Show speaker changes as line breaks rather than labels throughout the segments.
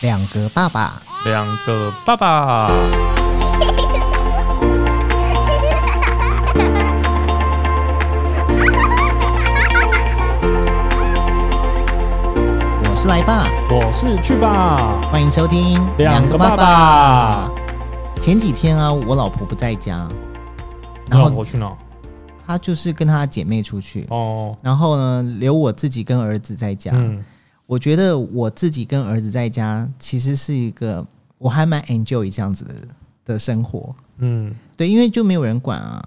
两个爸爸，
两个爸爸。
我是来爸，
我是去吧，
欢迎收听
两个爸爸。
前几天啊，我老婆不在家，然
然后我
后
去哪？
她就是跟她姐妹出去，
哦，
然后呢，留我自己跟儿子在家。
嗯，
我觉得我自己跟儿子在家，其实是一个我还蛮 enjoy 这样子的的生活。
嗯，
对，因为就没有人管啊。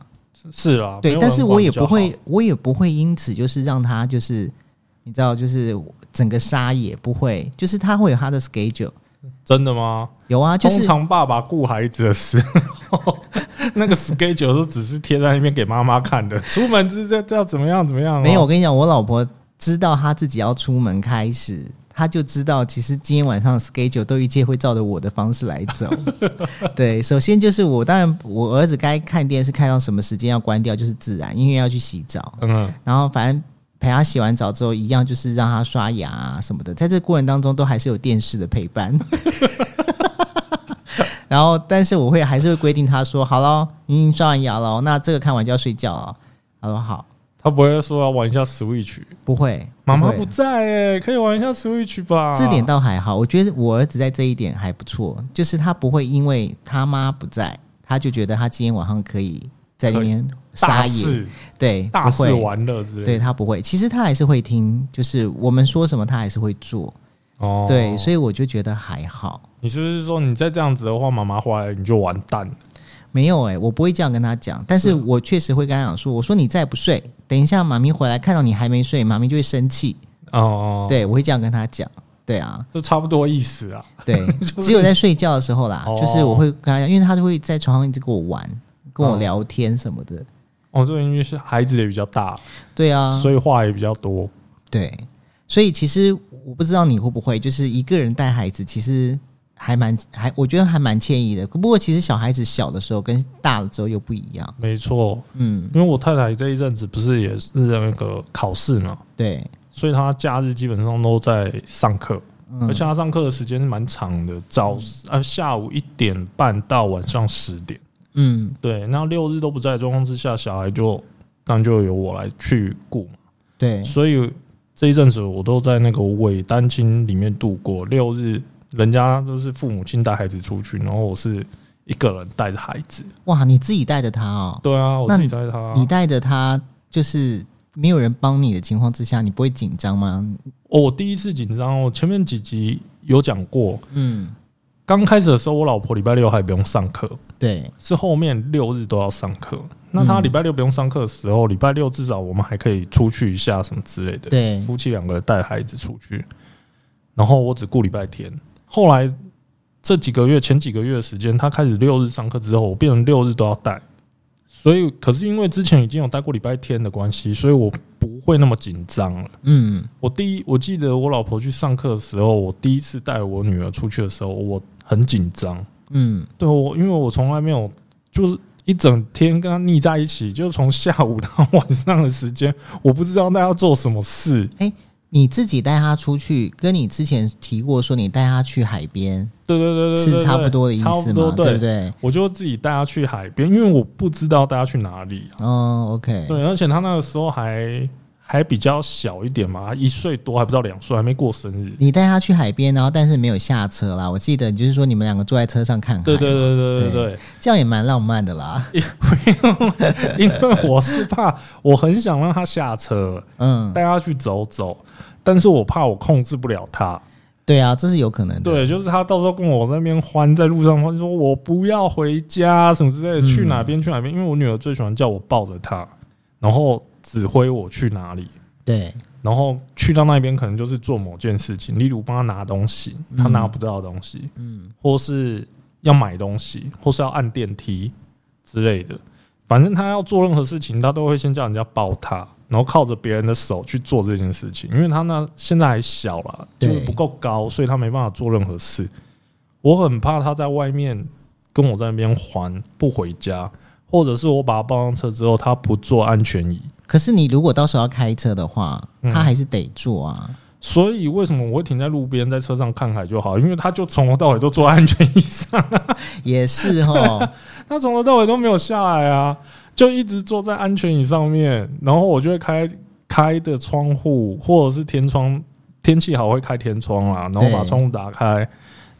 是啦。没
对，
有
但
人
是
管
我也
比较
不会，我也不会因此就是让他就是，你知道，就是整个杀也不会，就是他会有他的 schedule。
好，真的吗？
有啊，就
通
是
常爸爸顾孩子的时候， 那个 schedule 都只是贴在那边给妈妈 看的，出门是这这要怎么样怎么样、啊
没有。我，跟你讲，我老婆知道她自己要出门开始，她就知道其实今天晚上的 schedule 都一切会照着我的方式来走。 对，首先就是我，当然我儿子该看电视看到什么时间要关掉，就是自然，因为要去洗澡。
嗯，
然后反正陪他洗完澡之后，一样就是让他刷牙啊什么的，在这过程当中都还是有电视的陪伴。 然后，但是我会还是会规定他说：“好喽，你已经刷完牙喽，那这个看完就要睡觉了。”他说：“好，
他不会说要玩一下 Switch，
不会，
妈妈
会
不在哎、可以玩一下 Switch 吧？
这点倒还好，我觉得我儿子在这一点还不错，就是他不会因为他妈不在，他就觉得他今天晚上可以在那边
大
撒野，
事
对，
大
不
事
会
玩乐之类的，
对他不会，其实他还是会听，就是我们说什么他还是会做，
哦，
对，所以我就觉得还好，
你是不是说你再这样子的话，妈妈回来你就完蛋了？
没有哎、我不会这样跟他讲，但是我确实会跟他讲说，我说你再不睡，等一下妈咪回来看到你还没睡，妈咪就会生气，
哦，，
对我会这样跟他讲，对啊，
就差不多意思啊。
对，
就是
只有在睡觉的时候啦，
哦
就是我会跟他讲，因为他就会在床上一直跟我玩，跟我
哦
聊天什么的，
哦，这因为是孩子也比较大，
对啊，
所以话也比较多。
对，所以其实我不知道你会不会，就是一个人带孩子，其实还蛮还，我觉得还蛮惬意的。不过其实小孩子小的时候跟大了之后又不一样。
没错，
嗯，
因为我太太这一阵子不是也是那个考试嘛，
对，
所以她假日基本上都在上课，
嗯
而且她上课的时间是蛮长的，早呃下午一点半到晚上十点。
嗯，
对，那六日都不在的状况之下，小孩就当然就由我来去顾嘛。
对，
所以这一阵子我都在那个伪单亲里面度过六日，人家都是父母亲带孩子出去，然后我是一个人带着孩子。
哇，你自己带着他哦，
对啊，我
那
自己带着他啊。
你带着他就是没有人帮你的情况之下，你不会紧张吗？
哦我第一次紧张，我前面几集有讲过，
嗯，
刚开始的时候，我老婆礼拜六还不用上课，
对，
是后面六日都要上课。那她
嗯
礼拜六不用上课的时候，礼拜六至少我们还可以出去一下什么之类的。
对
夫妻两个人带孩子出去，然后我只顾礼拜天。后来这几个月、前几个月的时间，他开始六日上课之后，我变成六日都要带。所以，可是因为之前已经有带过礼拜天的关系，所以我不会那么紧张了。
嗯，
我第一，我记得我老婆去上课的时候，我第一次带我女儿出去的时候，我很紧张。
嗯，
对我，因为我从来没有就是一整天跟她腻在一起，就是从下午到晚上的时间，我不知道她要做什么事。
你自己带他出去，跟你之前提过说你带他去海边
对对对对对，
是差不多的意
差不
思
多
嘛，对
对
不对？
我就自己带她去海边，因为我不知道带她去哪里啊。
哦，OK，
对，而且她那个时候还还比较小一点嘛，她一岁多，还不到两岁，还没过生日。
你带他去海边，然后但是没有下车啦。我记得你就是说你们两个坐在车上看海，
对对，对对对对。
这样也蛮浪漫的啦。
因为我是怕，我很想让他下车，
嗯，
带他去走走，但是我怕我控制不了他。
对啊，这是有可能的。，
对，就是他到时候跟我在那边欢，在路上欢，说我不要回家什么之类
嗯
的，去哪边去哪边。因为我女儿最喜欢叫我抱着她，然后指挥我去哪里，
对，
然后去到那边可能就是做某件事情，例如帮他拿东西，他
嗯
拿不到的东西，
嗯
或是要买东西，或是要按电梯之类的。反正他要做任何事情，他都会先叫人家抱他，然后靠着别人的手去做这件事情。因为他那现在还小啦，
对
就是不够高，所以他没办法做任何事。我很怕他在外面跟我在那边还不回家，或者是我把他抱上车之后，他不坐安全椅。
可是你如果到时候要开车的话，
嗯
他还是得坐啊。
所以为什么我会停在路边，在车上看海就好？因为他就从头到尾都坐在安全椅上，
也是哦哈，
他从头到尾都没有下来啊，就一直坐在安全椅上面。然后我就会开开的窗户，或者是天窗，天气好会开天窗啦，然后把
对
窗户打开，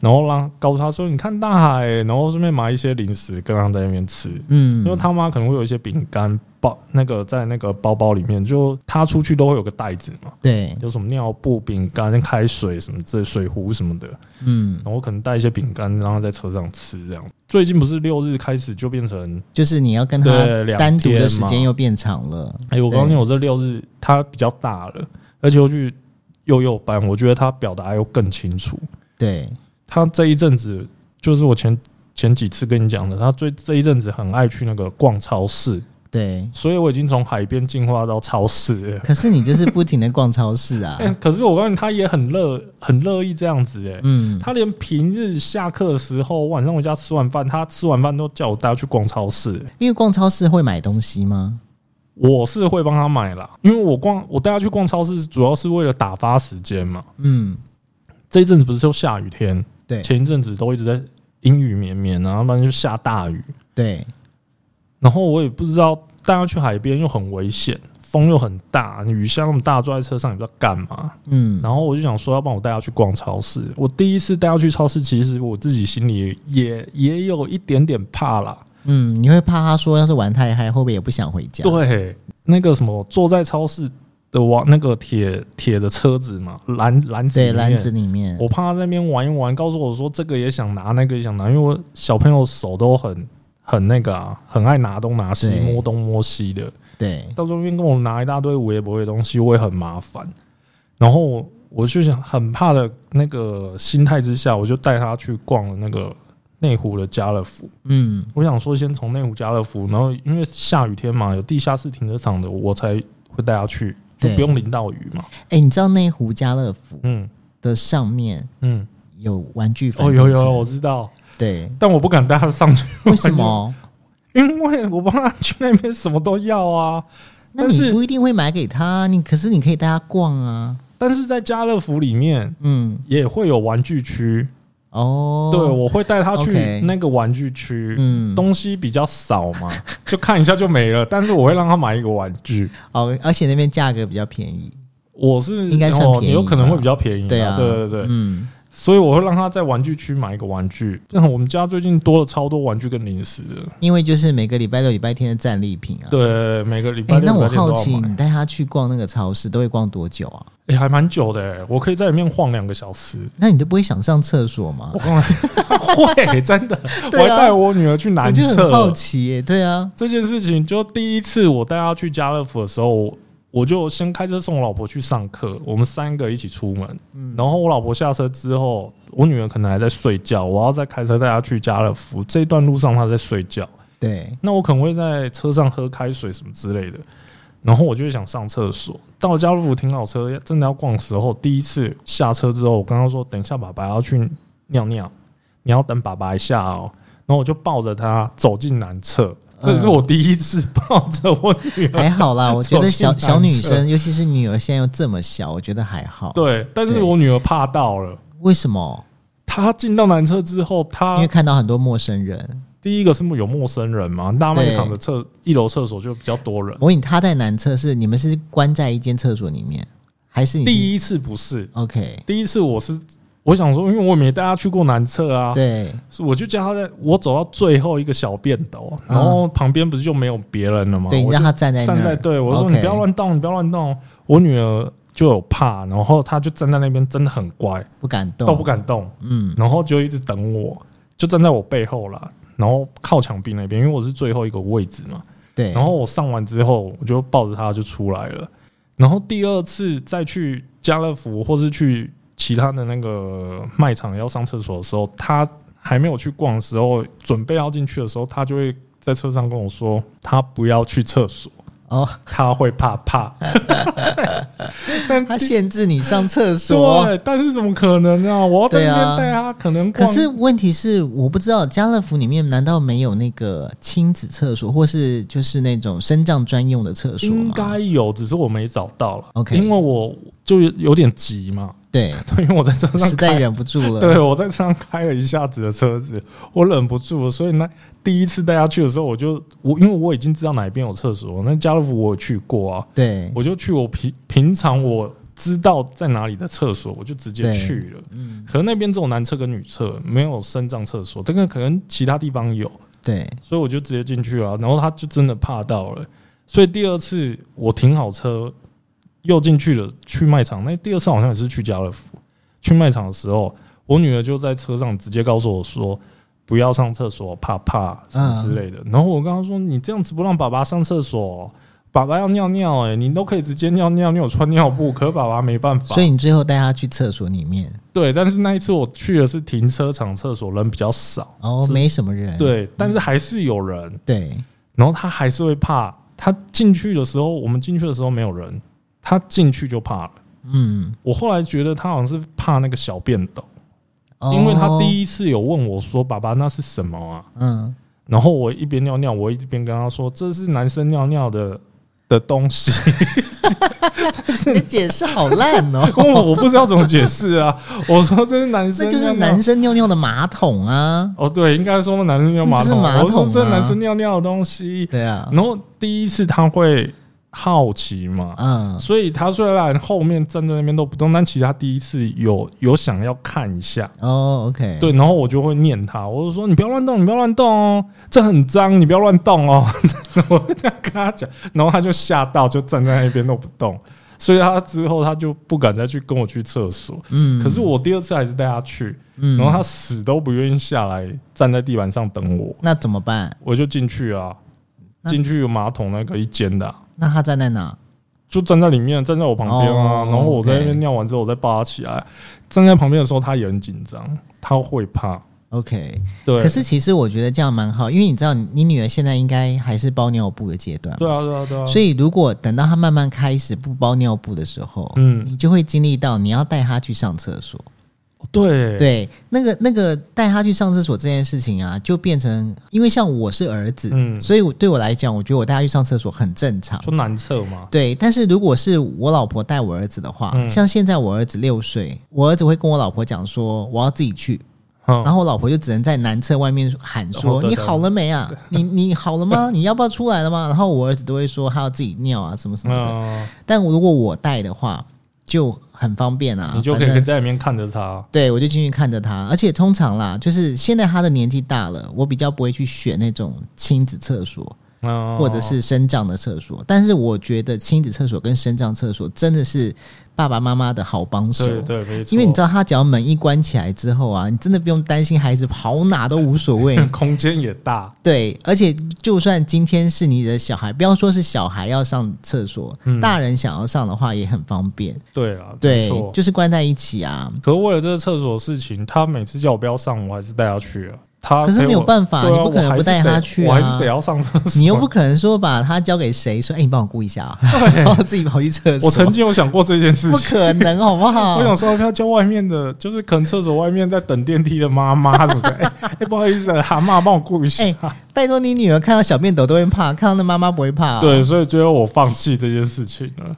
然后让告诉他说：“你看大海、然后顺便买一些零食跟他在那边吃。
嗯，
因为他妈可能会有一些饼干包，那个在那个包包里面，就他出去都会有个袋子嘛，
对，
有什么尿布、饼干、开水什么这水壶什么的，
嗯，
然后可能带一些饼干，然后在车上吃这样。最近不是六日开始就变成，
就是你要跟他
对两
单独的
天
时
嘛
间又变长了，
哎、我告诉你，我这六日他比较大了，而且又去幼幼班，我觉得他表达又更清楚。
对，
他这一阵子就是我前前几次跟你讲的，他最这一阵子很爱去那个逛超市，
对，
所以我已经从海边进化到超 市了。
可是你就是不停的逛超市 啊，
哎、可是我告诉你，他也很乐，很乐意这样子哎、
嗯，
他连平日下课的时候，晚上回家吃完饭，他吃完饭都叫我带他去逛超市、欸
因为逛超市会买东西吗？
我是会帮他买啦，因为我逛我带他去逛超市，主要是为了打发时间嘛。
嗯，
这一阵子不是就下雨天，
对
前一阵子都一直在阴雨绵绵，然后不然就下大雨，
对，
然后我也不知道带他去海边又很危险，风又很大，雨下那么大，坐在车上也不知道干嘛。
嗯，
然后我就想说，要帮我带他去逛超市。我第一次带他去超市，其实我自己心里也也有一点点怕啦。
嗯，你会怕他说要是玩太嗨，会不会也不想回家？，
对，那个什么，坐在超市的往那个铁铁的车子嘛，篮篮子里
对，
面
篮子，里面，
我怕他在那边玩一玩，告诉我说这个也想拿，那个也想拿，因为我小朋友手都很很那个啊，很爱拿东拿西，
对
摸东摸西的。
对，
到时候那边跟我拿一大堆微博的东西，我也很麻烦。然后我就想很怕的那个心态之下，我就带他去逛了那个内湖的家乐福。
嗯，
我想说先从内湖家乐福，然后因为下雨天嘛，有地下室停车场的，我才会带他去，就
对
不用淋到雨嘛。
哎、你知道内湖家乐福
嗯
的上面
嗯，
有玩具反
哦
斗
有有
城
有，我知道，
对，
但我不敢带他上去，
为什么？
因为我帮他去那边什么都要啊。
那
但
你
是
不一定会买给他，你可是你可以带他逛啊，
但是在家乐福里面
嗯，
也会有玩具区，
哦，
对，我会带他去
OK
那个玩具区，
嗯，
东西比较少嘛，就看一下就没了。但是我会让他买一个玩具，
哦，而且那边价格比较便宜，
我是
应该算
哦，
便宜
有可能
吧
会比较便宜啊，
对啊，
对对对，
嗯，
所以我会让他在玩具区买一个玩具。 那我们家最近多了超多玩具跟零食的，
因为就是每个礼拜六、礼拜天的战利品啊。
对，每个礼
哎、
拜六
那
礼
我
拜天
好
都
奇，
要
你
买，
带他去逛那个超市，都会逛多久啊？
哎，还蛮久的欸，我可以在里面晃两个 小时。
那你都不会想上厕所吗
我？刚才会 真的，我
对啊
还带我女儿去
我
男
就很好
厕。
奇耶、对啊，
这件事情就第一次我带她去家乐福的时候，我我就先开车送我老婆去上课，我们三个一起出门。
嗯，
然后我老婆下车之后，我女儿可能还在睡觉，我要再开车带她去家乐福。这一段路上她在睡觉，
对，
那我可能会在车上喝开水什么之类的。然后我就会想上厕所，到家乐福停好车，真的要逛的时候，第一次下车之后，我跟她说：“等一下，爸爸要去尿尿，你要等爸爸一下哦。”然后我就抱着她走进男厕，这是我第一哦次抱着我女儿。
还好 啦。我觉得小
走进男
小女
厕
生，尤其是女儿，现在又这么小，我觉得还好。，
对，但是
对
我女儿怕到了，
为什么？
她进到男厕之后，她
因为看到很多陌生人。
第一个是有陌生人嘛，大卖场
对
的厕一楼厕所就比较多人。
我问你，他在男厕是你们是关在一间厕所里面，还是你是
第一次不是，
？OK，
第一次我是我想说，因为我也没带他去过男厕啊，
对，
所以我就叫他在我走到最后一个小便斗，
嗯
然后旁边不是就没有别人了吗？
对，你
我
让
就
他站在那
站在
儿，
对我说
OK
你不要乱动，你不要乱动。我女儿就有怕，然后她就站在那边，真的很乖，
不敢动，
都不。敢动，
嗯，
然后就一直等我，就站在我背后啦，然后靠墙壁那边，因为我是最后一个位置嘛。
对。
然后我上完之后，我就抱着它就出来了。然后第二次再去家乐福或是去其他的那个卖场要上厕所的时候，它还没有去逛的时候，准备要进去的时候，它就会在车上跟我说，它不要去厕所，
哦，
它会怕怕。但
他限制你上厕所。
对，但是怎么可能啊？我要在那
对啊
边带它，可能
可
逛
是问题是，我不知道家乐福里面难道没有那个亲子厕所，或是就是那种身障专用的厕所
应
吗？
该有，只是我没找到了。
OK
因为我就有有点急嘛，
对，
对，因为我在车上
实在
开
忍不住了。
对，我在车上开了一下子的车子，我忍不住了，所以那第一次带他去的时候，我就我因为我已经知道哪边有厕所，那家乐福我有去过啊，
对，
我就去我平平常我知道在哪里的厕所，我就直接
对
去了。
嗯，
可能那边只有男厕跟女厕，没有升降厕所，这个可能其他地方有，
对，
所以我就直接进去了、然后他就真的怕到了，所以第二次我停好车又进去了，去卖场。那第二次好像也是去家乐福。去卖场的时候，我女儿就在车上直接告诉我说：“不要上厕所，怕怕什么之类
嗯
的。”然后我跟她说：“你这样子不让爸爸上厕所，爸爸要尿尿，哎，你都可以直接尿尿，你有穿尿布，可是爸爸没办法。”
所以你最后带他去厕所里面，
对，但是那一次我去的是停车场厕所，人比较少，
哦，
是
没什么人。
对，但是还是有人，
对，
然后他还是会怕。他进去的时候，我们进去的时候没有人，他进去就怕了。
嗯，
我后来觉得他好像是怕那个小便斗，
哦
因为他
一，
第一次有问我说：“爸爸，那是什么啊
嗯，？”
然后我一边尿尿，我一边跟他说：“这是男生尿尿的 的东西。。
你的解释好烂哦”
因为我不知道怎么解释啊。 我说：“这是男生
这
尿尿，
就是男生尿尿的马桶啊，
哦，对，应该说男生尿马
这是
桶。
马
我说
桶
这是男
啊
生尿尿的东西。
对啊，
然后第一次他会好奇嘛，
嗯，
所以他虽然后面站在那边都不动，但其实他第一次有有想要看一下，
哦，OK，
对，然后我就会念他，我就说你不要乱动，你不要乱动哦，这很脏，你不要乱动哦， 我会这样跟他讲，然后他就吓到，就站在那边都不动，所以他之后他就不敢再去跟我去厕所。
嗯，
可是我第二次还是带他去，
嗯，
然后他死都不愿意下来，站在地板上等我，
那怎么办？
我就进去啊，
那
进去有马桶那个一间的啊、
那他站在哪？
就站在里面，站在我旁边啊，
哦
然后我在那
OK
边尿完之后，我再抱他起来。站在旁边的时候，他也很紧张，他会怕。
OK，
对，
可是其实我觉得这样蛮好，因为你知道你你女儿现在应该还是包尿布的阶段嘛，
对啊，对啊，对啊，
所以如果等到她慢慢开始不包尿布的时候，
嗯
你就会经历到你要带她去上厕所。
对
对，那个那个带她去上厕所这件事情啊，就变成因为像我是儿子，
嗯
所以我对我来讲，我觉得我带她去上厕所很正常。
说难测嘛，
对，但是如果是我老婆带我儿子的话，
嗯
像现在我儿子六岁，我儿子会跟我老婆讲说我要自己去，
嗯，
然后我老婆就只能在男厕外面喊
哦
说：“
对
你
对
好了没啊？ 你你好了 吗？你要不要出来了吗？”然后我儿子都会说他要自己尿啊，什么什么的。
嗯，
但如果我带的话，就很方便啊，
你就可
反
以
正
在里面看着他。
对我就进去看着他。而且通常啦，就是现在他的年纪大了，我比较不会去选那种亲子厕所
嗯，
或者是生长的厕所。但是我觉得亲子厕所跟生长厕所真的是爸爸妈妈的好帮手。
对对，没错，
因为你知道，他只要门一关起来之后啊，你真的不用担心孩子跑哪都无所 谓，
空间也大，
对，而且就算今天是你的小孩，不要说是小孩要上厕所，
嗯
大人想要上的话也很方便。
对啊，
对
没错，
就是关在一起啊。
可为了这个厕所的事情，他每次叫我不要上，我还是带他去啊。他
可是
陪
没有
我
办法，
对
你
啊
不可
我
能
还
不
是
带
得
他去
我还是
啊
得。要上厕所。
你又不可能说把他交给谁说，哎、你帮我顾一下啊，然后自己跑去厕所。
我曾经有想过这件事
不
情，
可能，好不好
我？想说要叫外面的，就是可能厕所外面在等电梯的妈妈 什么的。哎、哎不好意思、啊，蛤蟆帮我顾一下。
哎拜托你女儿看到小便斗都会怕，看到那妈妈不会怕、啊。
对，所以最后我放弃这件事情了。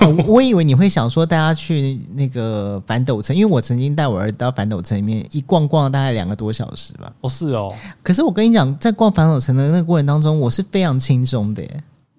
哦 我我以为你会想说带他去那个反斗城，因为我曾经带我儿子到反斗城里面一逛逛，大概两个多小时吧。
哦，是哦，
可是我跟你讲，在逛反斗城的那个过程当中，我是非常轻松的耶。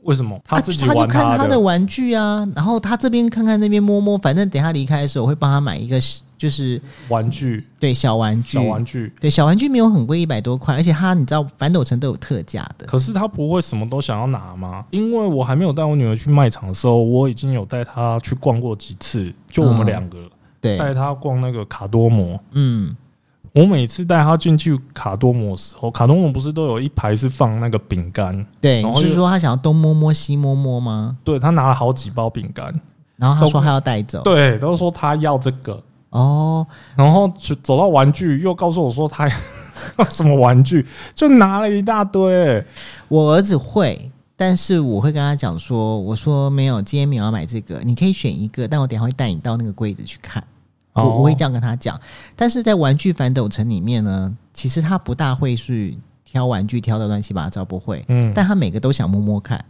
为什么他自己
啊他就
玩
看
的？
他的玩具啊，然后他这边看看那边摸摸，反正等他离开的时候，我会帮他买一个，就是
玩具、
对小玩具。
小玩具，
对小玩具没有很贵，一百多块，而且他你知道反斗城都有特价的。
可是他不会什么都想要拿吗？因为我还没有带我女儿去卖场的时候，我已经有带她去逛过几次，就我们
嗯
两个
对，
带她逛那个卡多摩。
嗯，
我每次带她进去卡多摩的时候，卡多摩不是都有一排是放那个饼干？
对，
然
你
后
是
就
说他想要东摸摸西摸摸吗？
对她拿了好几包饼干，
然后他说
都
他要带走。
对，都说他要这个，
哦，
然后就走到玩具又告诉我说他 要什么玩具，就拿了一大堆。
我儿子会，但是我会跟他讲说，我说没有，今天没有要买这个，你可以选一个，但我等一下会带你到那个柜子去看。我
哦
我会这样跟他讲，但是在玩具反斗城里面呢，其实他不大会去挑玩具，挑的乱七八糟，不会，
嗯，哦
但他每个都想摸摸看，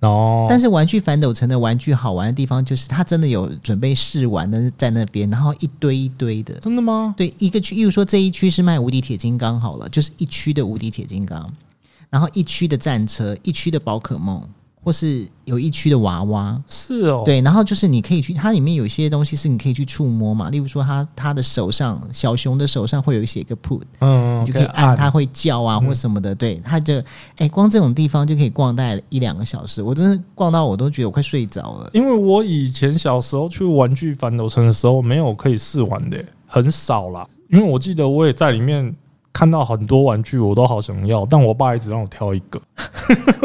然后
但是玩具反斗城的玩具好玩的地方就是，它真的有准备试玩的在那边，然后一堆一堆的。
真的吗？
对，一个区，例如说这一区是卖无敌铁金刚好了，就是一区的无敌铁金刚，然后一区的战车，一区的宝可梦，或是有一区的娃娃。
是哦，，
对，然后就是你可以去，它里面有一些东西是你可以去触摸嘛，例如说它它的手上，小熊的手上会有写一个 put，
嗯，
你就可以按它，会叫啊或什么的。对，它就哎、光这种地方就可以逛大概一两个小时，我真的逛到我都觉得我快睡着了。
因为我以前小时候去玩具反斗城的时候，没有可以试玩的，很少啦。因为我记得我也在里面看到很多玩具，我都好想要，但我爸一直让我挑一个，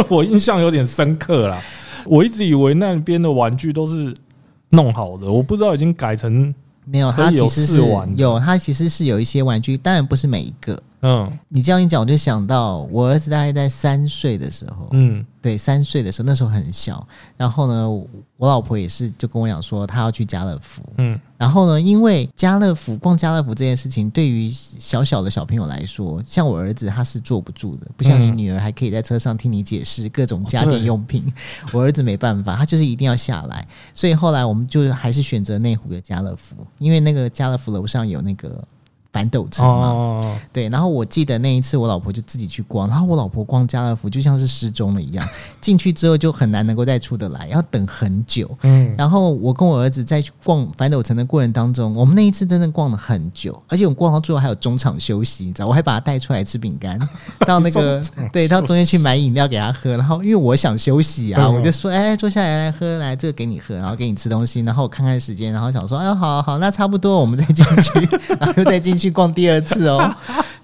我印象有点深刻啦。我一直以为那边的玩具都是弄好的，我不知道已经改成
没有，
可以
它其
有
实
试
是
玩的
有，它其实是有一些玩具，当然不是每一个。
嗯
你这样一讲，我就想到我儿子大概在三岁的时候，
嗯
对，三岁的时候，那时候很小。然后呢，我老婆也是就跟我讲说，她要去家乐福。
嗯
然后呢，因为家乐福逛家乐福这件事情，对于小小的小朋友来说，像我儿子他是坐不住的，不像你
嗯哦
女儿还可以在车上听你解释各种家
对
电用品。我儿子没办法，他就是一定要下来。所以后来我们就还是选择内湖的家乐福，因为那个家乐福楼上有那个反斗城啊嘛。
哦，
对，然后我记得那一次我老婆就自己去逛，然后我老婆逛家乐福就像是失踪了一样，进去之后就很难能够再出得来，要等很久。
嗯
然后我跟我儿子在去逛反斗城的过程当中，我们那一次真的逛了很久，而且我们逛到最后还有中场休息，你知道，我还把他带出来吃饼干，到那个对，到中间去买饮料给他喝。然后因为我想休息啊，
嗯
我就说，哎，坐下来来喝，来这个给你喝，然后给你吃东西，然后看看时间，然后想说，哎呦，好好，那差不多，我们再进去， 然后又再进去逛第二次哦。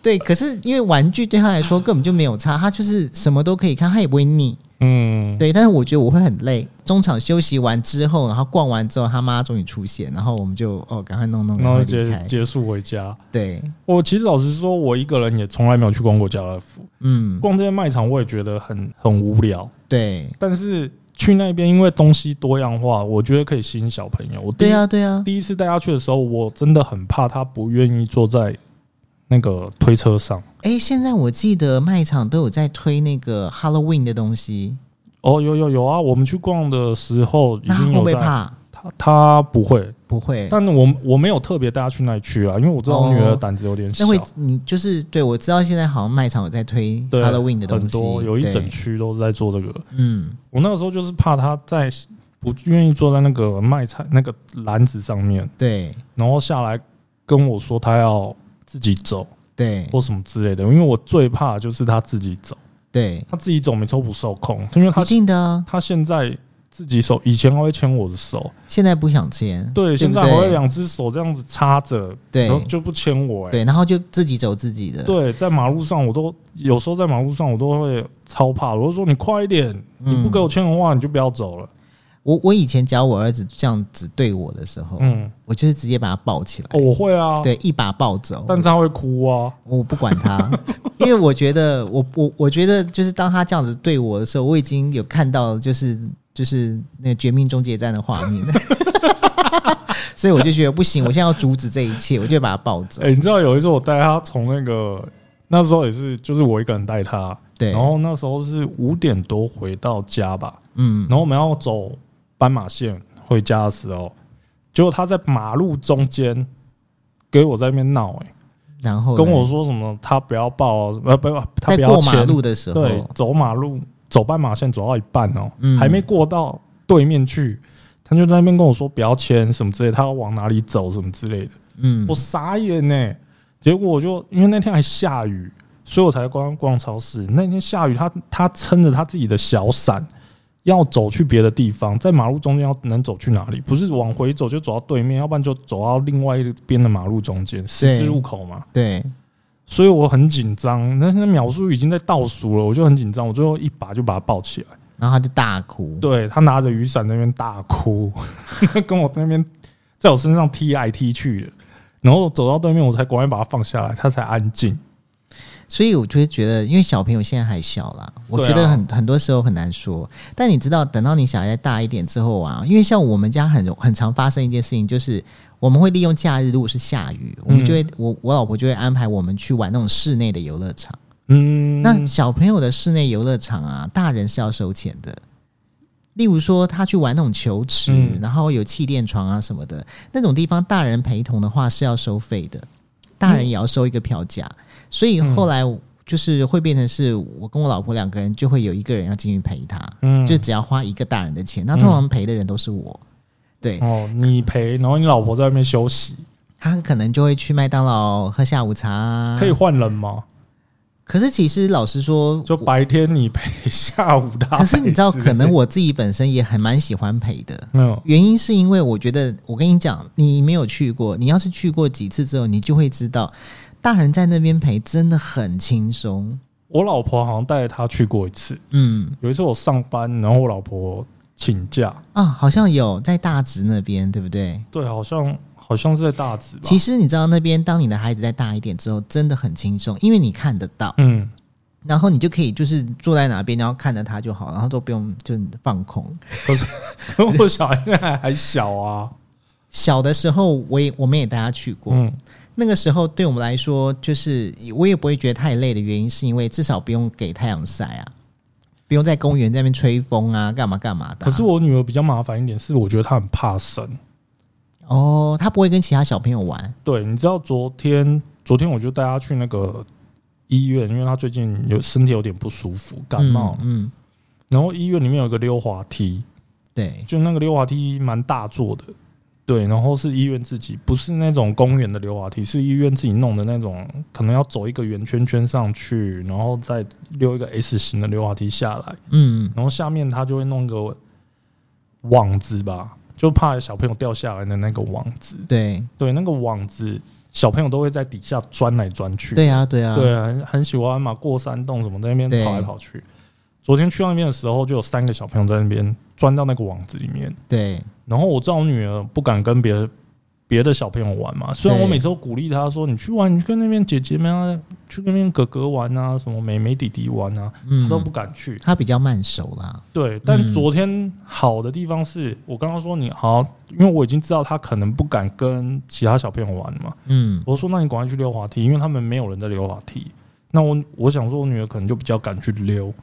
对，可是因为玩具对他来说根本就没有差，他就是什么都可以看，他也不会腻。
嗯，
对，但是我觉得我会很累。中场休息完之后，然后逛完之后，他妈终于出现，然后我们就哦，赶快弄弄，
然后
赶快
结
离开。
结束回家。
对，
我其实老实说，我一个人也从来没有去逛过家乐福，
嗯，
逛这些卖场我也觉得很很无聊。
对，
但是去那边，因为东西多样化，我觉得可以吸引小朋友。我第一
对啊，对啊，
第一次带他去的时候，我真的很怕他不愿意坐在那个推车上。
哎，现在我记得卖场都有在推那个 Halloween 的东西，
哦，有有有啊！我们去逛的时候已
那他
经
会不
有
会
在，
怕？
他他不会，
不会，
但我我没有特别带他去那里去啊，因为我知道我女儿
哦
胆子有点小
那，会你就是对我知道现在好像卖场有在推
对
Halloween 的东西，
很多有一
对
整区都是在做这个。
嗯，
我那个时候就是怕他在不愿意坐在那个卖菜那个篮子上面，
对
然后下来跟我说他要自己走
对
或什么之类的，因为我最怕就是他自己走，
对，
他自己走每次都不受控，因为他
一定的啊。
他现在自己手以前还会牵我的手，
现在不想签，
对，现
不
在还会两只手这样子插着，
对
然后就不牵我、欸，
对，然后就自己走自己的，
对，在马路上我都有时候在马路上我都会超怕，我就说你快一点，你不给我牵的话你就不要走了，
我我以前教我儿子这样子对我的时候，
嗯，
我就是直接把他抱起来，
哦，我会啊，
哦对，一哦把抱走。
但是他会哭啊，
我不管 他，因为我觉得我我我觉得就是当他这样子对我的时候，我已经有看到就是就是那个《绝命终结战》的画 面，所以我就觉得不行，我现在要阻止这一切，我就把他抱走。
哎、你知道有一次我带他从那个那时候也是就是我一个人带他，
对
然，后那时候是五点多回到家吧，
嗯
然，后我们要走斑马线回家的时候，结果他在马路中间给我在那边闹，哎，
然后
跟我说什么他不要抱啊，呃，不要，他
哦在
不要
过马
牵，
路的时候，
对，走马路走斑马线走到一半哦，
嗯
还没过到对面去，他就在那边跟我说不要牵什么之类，他要往哪里走什么之类的，
嗯
我傻眼呢、结果我就因为那天还下雨，所以我才逛逛超市。那天下雨他，他撑着他自己的小伞，要走去别的地方，在马路中间要能走去哪里？不是往回走就走到对面，要不然就走到另外一边的马路中间十字路口嘛。
对，
所以我很紧张，那那秒数已经在倒数了，我就很紧张。我最后一把就把他抱起来，
然后他就大哭，
对他拿着雨伞在那边大哭， 跟我那边在我身上踢来踢去的，然后走到对面我才赶快把他放下来，他才安静。
所以我就会觉得，因为小朋友现在还小啦，我
对啊
觉得很、很多时候很难说。但你知道，等到你小孩再大一点之后啊，因为像我们家很容很常发生一件事情，就是我们会利用假日，如果是下雨，我们就
嗯
会、我我老婆就会安排我们去玩那种室内的游乐场。
嗯，
那小朋友的室内游乐场啊，大人是要收钱的。例如说，他去玩那种球池，
嗯
然后有气垫床啊什么的，那种地方大人陪同的话是要收费的，大人也要收一个票价。所以后来就是会变成是我跟我老婆两个人就会有一个人要进去陪他，
嗯，
就只要花一个大人的钱。那通常陪的人都是我，对
哦，你陪，然后你老婆在外面休息，
他可能就会去麦当劳喝下午茶啊
可以。换人吗？
可是其实老实说，
就白天你陪，下午 他陪之类的。
可是你知道，可能我自己本身也很蛮喜欢陪的。
没有，
原因是因为我觉得，我跟你讲，你没有去过，你要是去过几次之后，你就会知道，大人在那边陪真的很轻松。
我老婆好像带她去过一次，
嗯
有一次我上班，然后我老婆请假，
啊，好像有在大直那边，对不对？
对，好像好像是在大直吧。
其实你知道，那边当你的孩子再大一点之后，真的很轻松，因为你看得到，
嗯，
然后你就可以就是坐在哪边，然后看着他就好，然后都不用就放空。
可我小孩现在还小啊，
小的时候，我也我们也带他去过，
嗯，
那个时候对我们来说，就是我也不会觉得太累的原因，是因为至少不用给太阳晒啊，不用在公园在那边吹风啊，干嘛干嘛的啊、
可是我女儿比较麻烦一点，是我觉得她很怕生。
哦，他不会跟其他小朋友玩，
对，你知道昨天昨天我就带她去那个医院，因为她最近有身体有点不舒服，感冒。
嗯，嗯
然后医院里面有个溜滑梯，
对，
就那个溜滑梯蛮大座的，对，然后是医院自己，不是那种公园的溜滑梯，是医院自己弄的那种，可能要走一个圆圈圈上去，然后再溜一个 S 型的溜滑梯下来，
嗯，
然后下面它就会弄个网子吧，就怕小朋友掉下来的那个网子，
对，
对，那个网子小朋友都会在底下钻来钻去，
对啊，对啊，
对，很很喜欢嘛，过山洞什么在那边
对
跑来跑去。昨天去到那边的时候，就有三个小朋友在那边钻到那个网子里面。
对，
然后我知道我女儿不敢跟别的别的小朋友玩嘛，虽然
对
我每次都鼓励她说：“你去玩，你去跟那边姐姐们啊，去跟那边哥哥玩啊，什么妹妹弟弟玩啊，她
嗯，
都不敢去。
他比较慢熟啦，
对，但
嗯
昨天好的地方是我刚刚说你好，因为我已经知道她可能不敢跟其他小朋友玩嘛，
嗯，
我说：“那你赶快去溜滑梯，因为他们没有人在溜滑梯。”那我我想说，我女儿可能就比较敢去溜，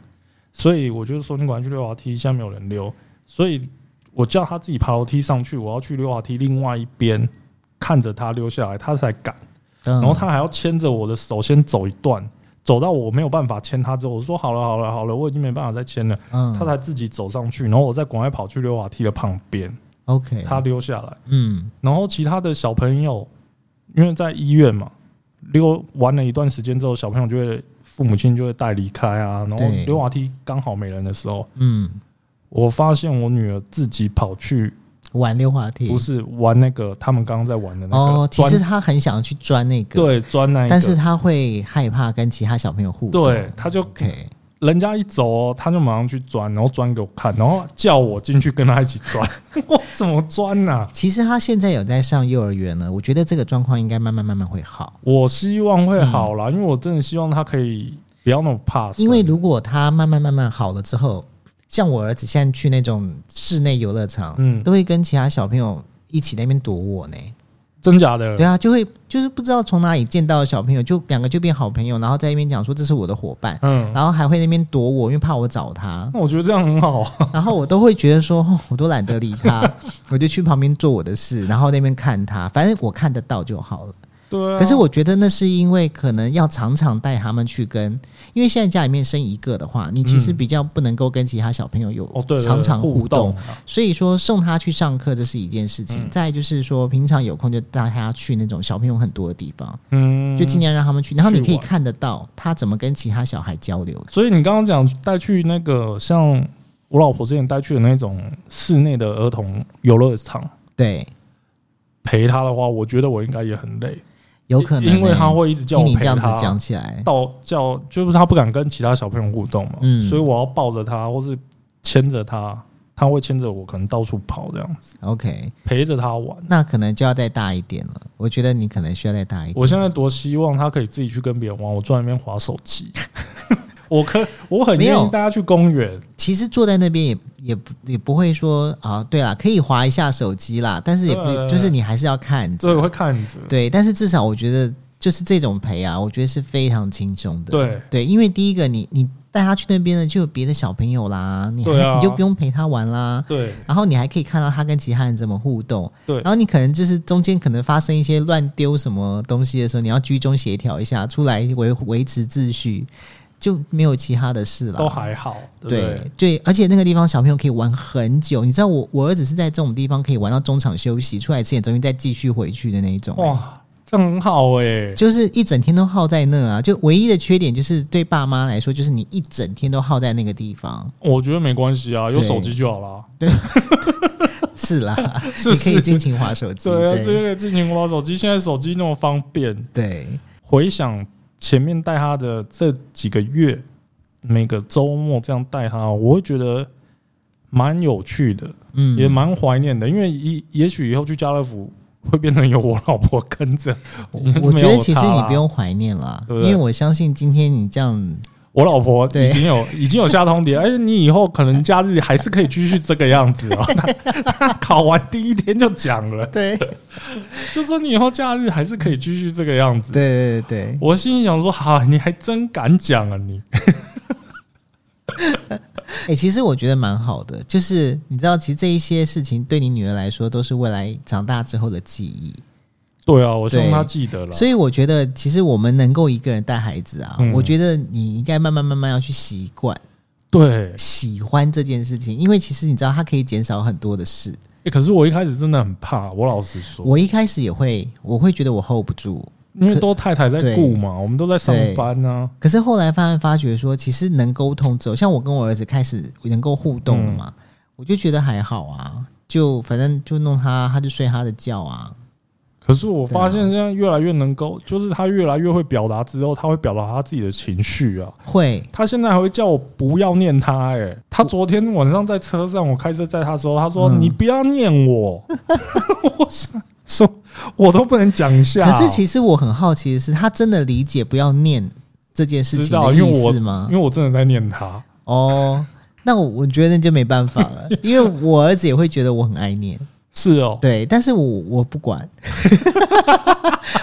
所以我就说：“你赶快去溜滑梯，现在没有人溜。”所以我叫她自己爬楼梯上去，我要去溜滑梯另外一边看着她溜下来，她才敢。
然
然后她还要牵着我的手先走一段，走到我没有办法牵她之后，我说：“好了，好了，好了，我已经没办法再牵了。”
嗯，
她才自己走上去，然后我再赶快跑去溜滑梯的旁边，
OK，
她溜下来。
嗯，
然后其他的小朋友，因为在医院嘛，溜玩了一段时间之后，小朋友就会父母亲就会带离开啊。然后
对
溜滑梯刚好没人的时候，
嗯，
我发现我女儿自己跑去，
玩溜滑梯
不，是玩那个他们刚刚在玩的那个
哦，其
钻
实，他很想去钻那个，，
对钻那一个，
但是他会害怕跟其他小朋友互动，
对，他就
，OK，
人家一走哦，他就马上去钻，然后钻给我看，然后叫我进去跟他一起钻， 我怎么钻啊呐、
其实他现在有在上幼儿园了，我觉得这个状况应该慢慢慢慢会好。
我希望会好啦，因为我真的希望他可以不要那么怕生，
嗯因为如果他慢慢慢慢好了之后，像我儿子现在去那种室内游乐场，
嗯，
都会跟其他小朋友一起在那边躲我呢。
真假的，
对啊，就会就是不知道从哪里见到的小朋友，就两个就变好朋友，然后在那边讲说这是我的伙伴，
嗯，，
然后还会那边躲我，因为怕我找他
那我觉得这样很好啊。
然后我都会觉得说 哦我都懒得理他，我就去旁边做我的事，然后那边看他，反正我看得到就好了。
对啊
可是我觉得那是因为可能要常常带他们去跟，因为现在家里面生一个的话，你其实
嗯
比较不能够跟其他小朋友有
哦，对，对
常常
对
互
互
动，
啊
所以说送他去上课这是一件事情。
嗯
再来就是说平常有空就带他去那种小朋友很多的地方，
嗯，
就尽。量让他们去，然后你可以
去玩
看得到他怎么跟其他小孩交流。
所以你刚刚讲带去那个，呃像我老婆之前带去的那种室内的儿童游乐场
对，
陪她的话，我觉得我应该也很累，
有可能、
因为她
欸
会一直叫
听
我
你
陪
这样子讲
她，
起来，
到叫就是她不敢跟其他小朋友互动嘛，
嗯
所以我要抱着她或是牵着她，她会牵着我，可能到处跑这样子，
OK，
陪着她玩。
那可能就要再大一点了。我觉得你可能需要再大一点。
我现在多希望他可以自己去跟别人玩，我坐在那边划手机。 我可我很
没
愿
有啊
意带他去公园，
其实坐在那边也也不也不会说啊，对啦，可以划一下手机啦，但是也不
对
就是你还是要看
这个
着，
会看着。
对，但是至少我觉得就是这种陪啊，我觉得是非常轻松的。
对
对，因为第一个你你带他去那边呢，就有别的小朋友啦，你还
对啊
你就不用陪他玩啦。
对
然后你还可以看到他跟其他人怎么互动，
对
然后你可能就是中间可能发生一些乱丢什么东西的时候，你要居中协调一下，出来维维持秩序，就没有其他的事了。
都还好，对不
对
对？
对，而且那个地方小朋友可以玩很久，你知道我我儿子是在这种地方可以玩到中场休息，出来吃点东西再继续回去的那一种、欸
哇，这样很好哎、
就是一整天都耗在那啊。就唯一的缺点就是对爸妈来说，就是你一整天都耗在那个地 方，
我觉得没关系啊，有
对
手机就好啦。
是 啦，
是
你可以
是
尽情划手机，
对啊，
对
这个进行玩手机，现在手机那么方便。
对
回想前面带他的这几个月，每个周末这样带他，我会觉得蛮有趣的，
嗯，
也蛮怀念的。因为也也许以后去家乐福会变成有我老婆跟 着，
我
没
觉
有
得其实
她
你
啦
不，用怀念啦，
对
因
不对
为我相信今天你这样，
我老婆
对
已经有已经有下通牒，哎，你以后可能假日还是可以继续这个样子 哦。她她考完第一天就讲了，
对
就说你以后假日还是可以继续这个样子。
对对对，
我心里想说，哈、你还真敢讲啊你！
哎、其实我觉得蛮好的，就是你知道，其实这一些事情对你女儿来说都是未来长大之后的记忆，
对啊，我希望
对
她记得了。
所以我觉得其实我们能够一个人带孩子啊，
嗯
我觉得你应该慢慢慢慢要去习惯
对、
喜欢这件事情，因为其实你知道，它可以减少很多的事。
欸可是我一开始真的很怕，我老实说，
我一开始也会，我会觉得我 hold 不住，
因为都太太在
对
顾嘛，我们都在上班啊呢、
可是后来发现发觉说，其实能沟通之后，像我跟我儿子开始能够互动
嗯
了嘛，我就觉得还好啊，就反正就弄他，他就睡他的觉啊。
可是我发现现在越来越能够，就是她越来越会表达之后，她会表达她自己的情绪啊。
会，
她现在还会叫我不要念她、欸，哎，她昨天晚上在车上，我开车载她的时候，她说、
嗯
你不要念 我，我想说我都不能讲一下、
可是其实我很好奇的是，他真的理解不要念这件事
知
情
道，
的
因为
意
我
思吗
因为？我真的在念她。
哦，那我我觉得那就没办法 了，因为我儿子也会觉得我很爱念，
是哦，
对，但是我我不 管，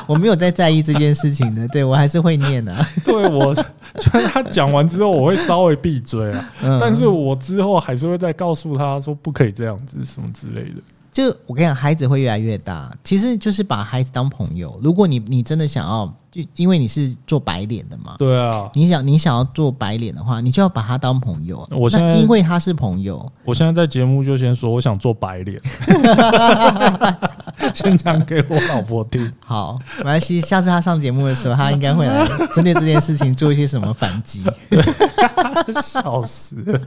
我没有在在意这件事情的，对我还是会念的、啊。
对我 就是他讲完之后，我会稍微闭嘴啊，
嗯
但是我之后还是会再告诉他说不可以这样子什么之类的。
就我跟你讲，孩子会越来越大，其实就是把孩子当朋友。如果你你真的想要，就因为你是做白脸的嘛，
对啊，
你想你想要做白脸的话，你就要把他当朋友。
我现在
那因为他是朋友，
我现在在节目就先说我想做白 脸，先讲给我老婆 听。
好，没关系。下次他上节目的时候，他应该会来针对这件事情做一些什么反 击。
笑死了！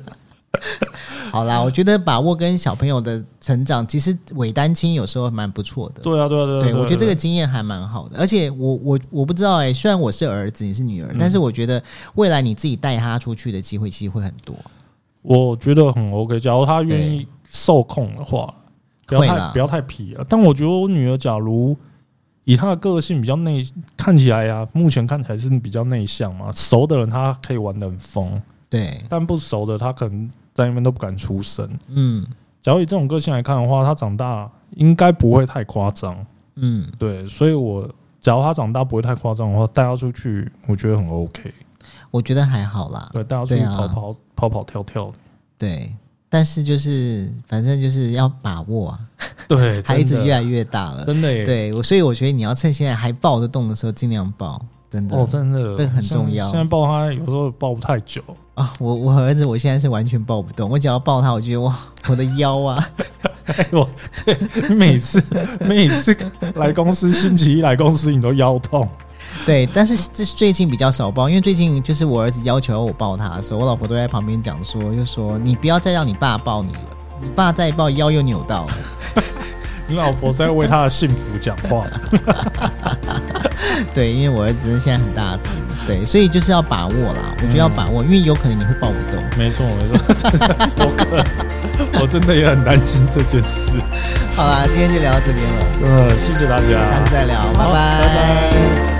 好啦，我觉得把握跟小朋友的成长，其实伪单亲有时候蛮不错的。
对啊，对啊，对啊，
对，我觉得这个
对
经验还蛮好的，而且我我我不知道哎、虽然我是儿子，你是女儿，
嗯
但是我觉得未来你自己带他出去的机会其实会很多。
我觉得很 OK。假如他愿意受控的话，不要
会
太
啦
不要太皮啊了。但我觉得我女儿，假如以她的个性比较内，看起来呀、啊目前看起来是比较内向嘛。熟的人她可以玩的很疯，
对，
但不熟的她可能在那边都不敢出声。
嗯
假如以这种个性来看的话，她长大应该不会太夸张。
嗯，
对，所以我假如她长大不会太夸张的话，带她出去，我觉得很 OK。
我觉得还好啦。
对，带她出去
对啊
跑跑、跑跑跳跳的。
对，但是就是反正就是要把握啊，
对，
孩子
真的
越来越大了。
真的耶。
对，我所以我觉得你要趁现在还抱得动的时候，尽量抱，真的。
哦，真的，
这个很重要
像现在抱他有时候抱不太 久，
啊，我我儿子我现在是完全抱不动，我只要抱他，我觉得哇，我的腰啊，
哎呦，对，每次每次来公司，星期一来公司你都腰痛，
对，但是这最近比较少抱，因为最近就是我儿子要求我抱他的时候，我老婆都在旁边讲说，就说你不要再让你爸抱你了，你爸再抱腰又扭到了。
你老婆在为他的幸福讲话。
对，因为我儿子现在很大只，对，所以就是要把握啦，我觉得要把握，因为有可能你会抱不动。
没错， 没错，真的，我可我真的也很担心这件事。呃
好啦，今天就聊到这边了，
嗯，谢谢大家，
下次再聊，
好
拜
拜
拜